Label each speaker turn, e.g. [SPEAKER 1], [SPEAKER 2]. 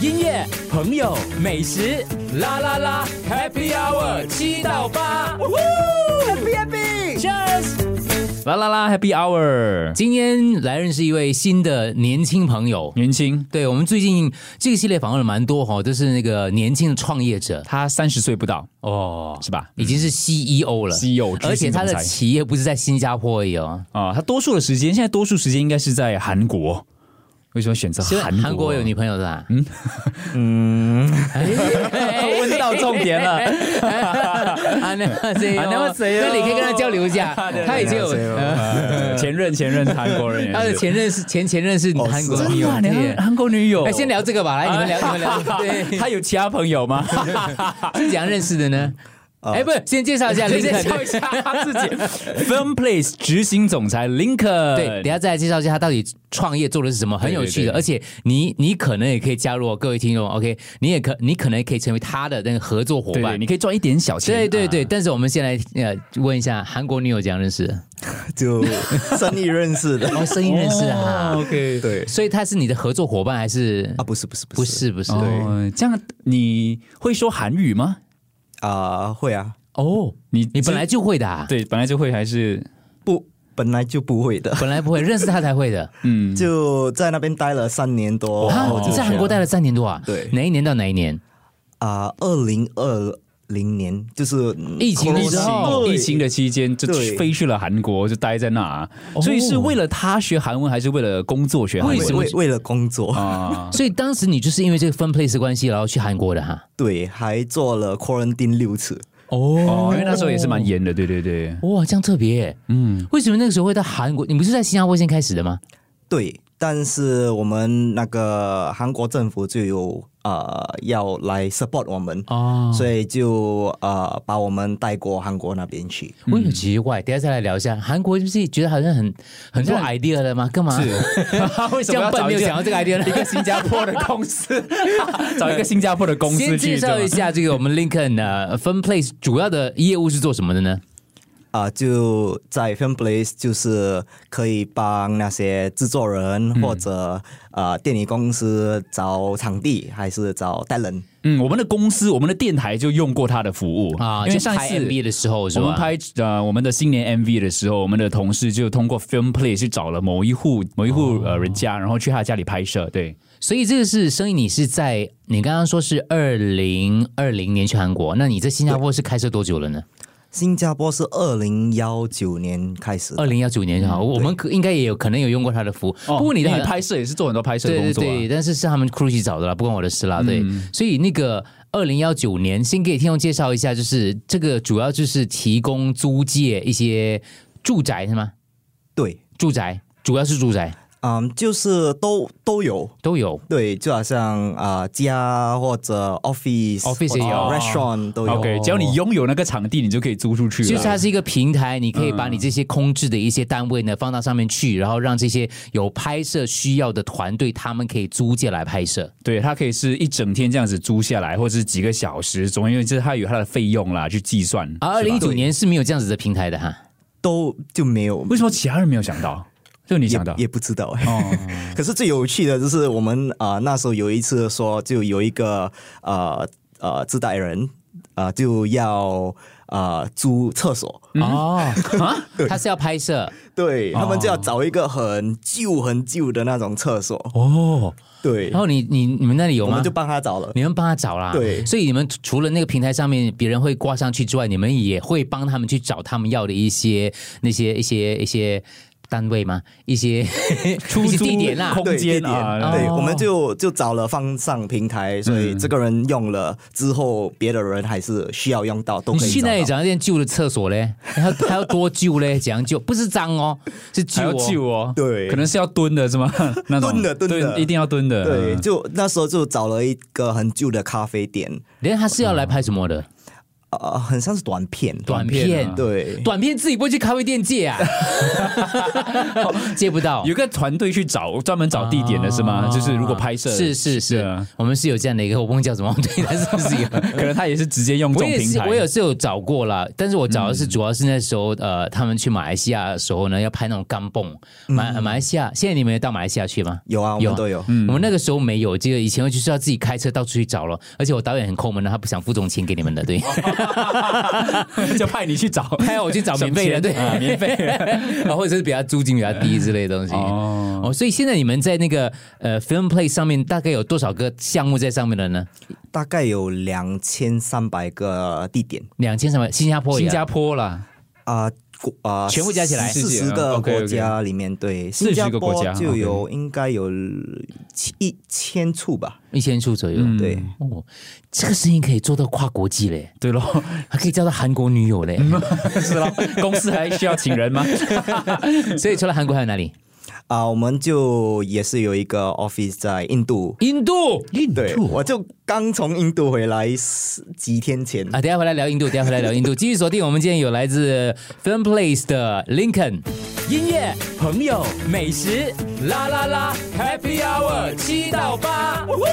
[SPEAKER 1] 音乐、朋友、美食，啦啦啦，Happy Hour 七到八，Happy Happy，Cheers，啦啦啦，Happy Hour，
[SPEAKER 2] 今天来认识一位新的年轻朋友。
[SPEAKER 1] 年轻，
[SPEAKER 2] 对我们最近这个系列访问了蛮多哈、哦，就是那个年轻的创业者
[SPEAKER 1] 他三十岁不到
[SPEAKER 2] 哦，
[SPEAKER 1] 是吧
[SPEAKER 2] 已经是 CEO 了
[SPEAKER 1] ？CEO，
[SPEAKER 2] 而且他
[SPEAKER 1] 巨星总
[SPEAKER 2] 的
[SPEAKER 1] 裁
[SPEAKER 2] 企业不是在新加坡而已哦，
[SPEAKER 1] 啊，他多数的时间，现在多数时间应该是在韩国。为什么选择
[SPEAKER 2] 是
[SPEAKER 1] 韩国？嗯
[SPEAKER 2] 韩国有女朋友是嗯吧？
[SPEAKER 1] 问哎到重点了。
[SPEAKER 2] 啊，那这
[SPEAKER 1] 안녕하세요
[SPEAKER 2] 那你可以跟他交流一 下，
[SPEAKER 1] 啊
[SPEAKER 2] 他已经有
[SPEAKER 1] 呃 前任前任韩国 人也是，
[SPEAKER 2] 他的前任啊是前前任是韩国女
[SPEAKER 1] 真
[SPEAKER 2] 友
[SPEAKER 1] 的啊，你哦
[SPEAKER 2] 对
[SPEAKER 1] 韩韩国女友？
[SPEAKER 2] 哎，先聊这个吧，来你们聊，你 们聊，
[SPEAKER 1] 对，
[SPEAKER 2] 对，
[SPEAKER 1] 他有其他朋友 吗？
[SPEAKER 2] 是怎样认识的呢？哎，不是，先介绍一下，
[SPEAKER 1] 先
[SPEAKER 2] 林肯
[SPEAKER 1] 介绍一下他自己。Film Place 执行总裁林肯，
[SPEAKER 2] 对，等一下再来介绍一下他到底创业做的是什么，很有趣的。
[SPEAKER 1] 呃对对对
[SPEAKER 2] 而且你你可能也可以加入哦各位听众，OK，你也可你可能也可以成为他的那个合作伙
[SPEAKER 1] 对对，
[SPEAKER 2] 伴
[SPEAKER 1] 你。可以赚一点小钱。
[SPEAKER 2] 对对对，
[SPEAKER 1] 啊，
[SPEAKER 2] 但是我们先来呃问一下韩国女友怎样认识的？。
[SPEAKER 3] 就生意认识的
[SPEAKER 2] 哦，声音认识啊，
[SPEAKER 1] OK，
[SPEAKER 3] 对
[SPEAKER 2] 所以他是你的合作伙伴还是
[SPEAKER 3] 啊，？不是不是不
[SPEAKER 2] 不
[SPEAKER 3] 是
[SPEAKER 2] 是不是
[SPEAKER 1] 哦，这样你会说韩语吗？
[SPEAKER 3] 啊、会啊，
[SPEAKER 2] 哦，
[SPEAKER 1] 你
[SPEAKER 2] 你本来就会的啊，
[SPEAKER 1] 对本来就会还是
[SPEAKER 3] 不本来就不会的，
[SPEAKER 2] 本来不会，认识他才会的。
[SPEAKER 1] 嗯
[SPEAKER 3] 就在那边待了三年多
[SPEAKER 2] 啊，
[SPEAKER 1] 哦
[SPEAKER 2] 你在韩国待了三年多啊？
[SPEAKER 3] 对
[SPEAKER 2] 哪一年到哪一年？
[SPEAKER 3] 啊，二零二零年就是嗯哦
[SPEAKER 2] 疫情的
[SPEAKER 1] 疫
[SPEAKER 2] 时
[SPEAKER 1] 情
[SPEAKER 2] 候
[SPEAKER 1] 疫情的期间就
[SPEAKER 3] 对
[SPEAKER 1] 飞去了韩国，就待在那啊，所以是为了他学韩文，还是为了工作学韩文？
[SPEAKER 3] 啊为为为了工作，
[SPEAKER 1] 啊？
[SPEAKER 2] 所以当时你就是因为这个分 place 关系，然后去韩国的哈。
[SPEAKER 3] 对，还做了 quarantine 六次。
[SPEAKER 1] 哦，因为那时候也是蛮严的，对对对，
[SPEAKER 2] 哇，这样特别耶。
[SPEAKER 1] 嗯，
[SPEAKER 2] 为什么那个时候会到韩国？你不是在新加坡先开始的吗？
[SPEAKER 3] 对，但是我们那个韩国政府就有呃要来 support 我们，
[SPEAKER 1] 啊
[SPEAKER 2] 哦，
[SPEAKER 3] 所以就呃把我们带过韩国那边去。
[SPEAKER 1] 嗯
[SPEAKER 2] 我很奇怪。等一下再来聊一下韩国，就是觉得好像很很多 idea 了吗？干嘛？
[SPEAKER 1] 为什
[SPEAKER 2] 这
[SPEAKER 1] 么
[SPEAKER 2] 样
[SPEAKER 1] 要
[SPEAKER 2] 笨
[SPEAKER 1] 找
[SPEAKER 2] 没
[SPEAKER 1] 一
[SPEAKER 2] 有
[SPEAKER 1] 个
[SPEAKER 2] 想到这个 idea
[SPEAKER 1] 一
[SPEAKER 2] 呢？
[SPEAKER 1] 个新加坡的公 司，找一个新加坡的公司
[SPEAKER 2] 先
[SPEAKER 1] 去
[SPEAKER 2] 介绍一
[SPEAKER 1] 对吧
[SPEAKER 2] 下这个我们 Lincoln 呃 Fun Place 主要的业务是做什么的呢？
[SPEAKER 3] 啊、就在 Film Place 就是可以帮那些制作人、
[SPEAKER 2] 嗯
[SPEAKER 3] 或者呃电影公司找场地，还是找 talent。
[SPEAKER 1] 嗯，我们的公司，我们的电台就用过他的服务
[SPEAKER 2] 啊，
[SPEAKER 1] 因为
[SPEAKER 2] 就
[SPEAKER 1] 上一
[SPEAKER 2] 拍
[SPEAKER 1] 次
[SPEAKER 2] MV 的时候啊是
[SPEAKER 1] 我
[SPEAKER 2] 吧？
[SPEAKER 1] 们拍呃我们的新年 MV 的时候，我们的同事就通过 Film Play 去找了某一户某一户、呃人家，然后去他家里拍摄。对，
[SPEAKER 2] 所以这个是生意，你是在你刚刚说是二零二零年去韩国，那你在新加坡是开设多久了呢？
[SPEAKER 3] 新加坡是二零幺九年开始的
[SPEAKER 2] 二零幺九年哈，
[SPEAKER 1] 嗯
[SPEAKER 2] 我们可应该也有可能有用过他的服务，不过你的
[SPEAKER 1] 因
[SPEAKER 2] 好
[SPEAKER 1] 为
[SPEAKER 2] 像
[SPEAKER 1] 拍哦摄也是做很多拍摄的
[SPEAKER 2] 对
[SPEAKER 1] 工
[SPEAKER 2] 对
[SPEAKER 1] 作、啊。
[SPEAKER 2] 哦
[SPEAKER 1] 嗯
[SPEAKER 2] 对，但是是他们 crew 去找的啦，不关我的事啦。对，所以那个二零幺九年，先给听众介绍一下，就是这个主要就是提供租借一些住宅是吗？
[SPEAKER 3] 对，
[SPEAKER 2] 住宅主要是住宅
[SPEAKER 3] 嗯，就是都都有。
[SPEAKER 2] 都有。
[SPEAKER 3] 对，就好像啊、呃家或者 office、
[SPEAKER 2] Office 也有
[SPEAKER 3] restaurant 都有。
[SPEAKER 1] OK，只要你拥有那个场地，你就可以租出去了。
[SPEAKER 2] 就是它是一个平台，你可以把你这些空置的一些单位呢放到上面去，然后让这些有拍摄需要的团队，他们可以租借来拍摄。
[SPEAKER 1] 对，它可以是一整天这样子租下来，或者是几个小时，总而言之，它有它的费用啦去计算。
[SPEAKER 2] 而啊二
[SPEAKER 1] 是吧
[SPEAKER 2] 零一九年是没有这样子的平台的哈。
[SPEAKER 3] 都就没有，
[SPEAKER 1] 为什么其他人没有想到？就你想到
[SPEAKER 3] 也也不知道哎、
[SPEAKER 1] 哦
[SPEAKER 3] 可是最有趣的就是我们啊、呃那时候有一次说，就有一个呃呃自带人啊、呃就要啊租厕所，
[SPEAKER 2] 哦， 他是要拍摄
[SPEAKER 3] 对
[SPEAKER 1] 哦
[SPEAKER 3] 他们就要找一个很旧很旧的那种厕所，
[SPEAKER 2] 哦，
[SPEAKER 3] 对
[SPEAKER 2] 然，后你你你们那里有
[SPEAKER 1] 啊
[SPEAKER 3] 我
[SPEAKER 2] 吗
[SPEAKER 3] 们就？帮他找了。
[SPEAKER 2] 你们帮他找啦，
[SPEAKER 3] 对
[SPEAKER 2] 所以你们除了那个平台上面别人会挂上去之外，你们也会帮他们去找他们要的一些那些一些一些单位吗？一些
[SPEAKER 1] 出
[SPEAKER 2] 一些
[SPEAKER 1] 租
[SPEAKER 2] 地点啦，
[SPEAKER 1] 空
[SPEAKER 3] 对
[SPEAKER 1] 间
[SPEAKER 3] 地点
[SPEAKER 1] 啊
[SPEAKER 3] 对，
[SPEAKER 2] 哦
[SPEAKER 3] 我们就就找了放上平台，所
[SPEAKER 1] 嗯
[SPEAKER 3] 以这个人用了之后，别的人还是需要用到，都
[SPEAKER 2] 你
[SPEAKER 3] 可以
[SPEAKER 2] 去
[SPEAKER 3] 找
[SPEAKER 2] 那里
[SPEAKER 3] 到
[SPEAKER 2] 找那间旧的厕所嘞？还要还要多旧嘞？怎样旧？不是脏哦，是旧
[SPEAKER 1] 还要
[SPEAKER 2] 哦。
[SPEAKER 1] 救哦，
[SPEAKER 3] 对
[SPEAKER 1] 可能是要蹲的是 吗？那种
[SPEAKER 3] 蹲的蹲的
[SPEAKER 1] 对一定要蹲的。
[SPEAKER 3] 对，
[SPEAKER 1] 嗯
[SPEAKER 3] 就那时候就找了一个很旧的咖啡店，
[SPEAKER 2] 人家他是要来拍什么的？
[SPEAKER 3] 呃，很像是短片，
[SPEAKER 2] 短片
[SPEAKER 1] 啊
[SPEAKER 3] 对，
[SPEAKER 2] 短片自己不会去咖啡店借啊，借不到。
[SPEAKER 1] 有个团队去找，专门找地点的是吗？就是如果拍摄
[SPEAKER 2] 啊哦是是
[SPEAKER 1] 对
[SPEAKER 2] 是
[SPEAKER 1] 啊，
[SPEAKER 2] 我们是有这样的一个，我忘记叫什么，对，但是不 是有？
[SPEAKER 1] 可能他也是直接用这
[SPEAKER 2] 我
[SPEAKER 1] 种
[SPEAKER 2] 也
[SPEAKER 1] 平
[SPEAKER 2] 是，
[SPEAKER 1] 台。
[SPEAKER 2] 我也是有找过啦，但是我找的是主要是那时候，呃，他们去马来西亚的时候呢，要拍那种钢蹦，
[SPEAKER 1] 嗯
[SPEAKER 2] 马马来西亚，现在你们有到马来西亚去吗？
[SPEAKER 3] 有啊，我
[SPEAKER 2] 有
[SPEAKER 3] 们
[SPEAKER 2] 啊
[SPEAKER 3] 都有。
[SPEAKER 1] 嗯
[SPEAKER 2] 我们那个时候没有，这个以前就是要自己开车到处去找了，而且我导演很抠门的，他不想付这种钱给你们 的，对，
[SPEAKER 1] 哦 就派你去找，
[SPEAKER 2] 还 有我去找免费的，对，
[SPEAKER 1] 啊免费
[SPEAKER 2] 然后 或者是比较租金比较低之类的东西。
[SPEAKER 1] 哦
[SPEAKER 2] 哦所以现在你们在那个呃 Film Play 上面大概有多少个项目在上面了呢？
[SPEAKER 3] 大概有两千三百个地点
[SPEAKER 2] 两千什么？新加坡也
[SPEAKER 1] 新
[SPEAKER 2] 有，
[SPEAKER 1] 加坡啦，
[SPEAKER 3] 啊。国啊，
[SPEAKER 2] 全部加起来
[SPEAKER 1] 世
[SPEAKER 3] 四
[SPEAKER 1] 界
[SPEAKER 3] 十个
[SPEAKER 1] OK，OK
[SPEAKER 3] 国家里面，对，
[SPEAKER 1] 40
[SPEAKER 3] 新加
[SPEAKER 1] 个国
[SPEAKER 3] 坡
[SPEAKER 1] 家
[SPEAKER 3] 就有应该有七一千处吧，
[SPEAKER 2] 一千处左右。
[SPEAKER 1] 嗯
[SPEAKER 3] 对，
[SPEAKER 2] 哦，这个生意可以做到跨国际嘞，
[SPEAKER 1] 对咯，嗯
[SPEAKER 2] 还可以叫到韩国女友嘞。
[SPEAKER 1] 是咯，公司还 需要请人吗？
[SPEAKER 2] 所以除了韩国还有哪里？
[SPEAKER 3] 啊，我们就也是有一个 office 在印度，
[SPEAKER 2] 印度，印
[SPEAKER 3] 对，我就刚从印度回来十几天前，
[SPEAKER 2] 啊，等一下回来聊印度，等一下回来聊 印度。继续锁定我们今天有来自 Film Place 的 Lincoln。
[SPEAKER 1] 音乐、朋友、美食，啦啦啦，Happy Hour 七到八，呜呼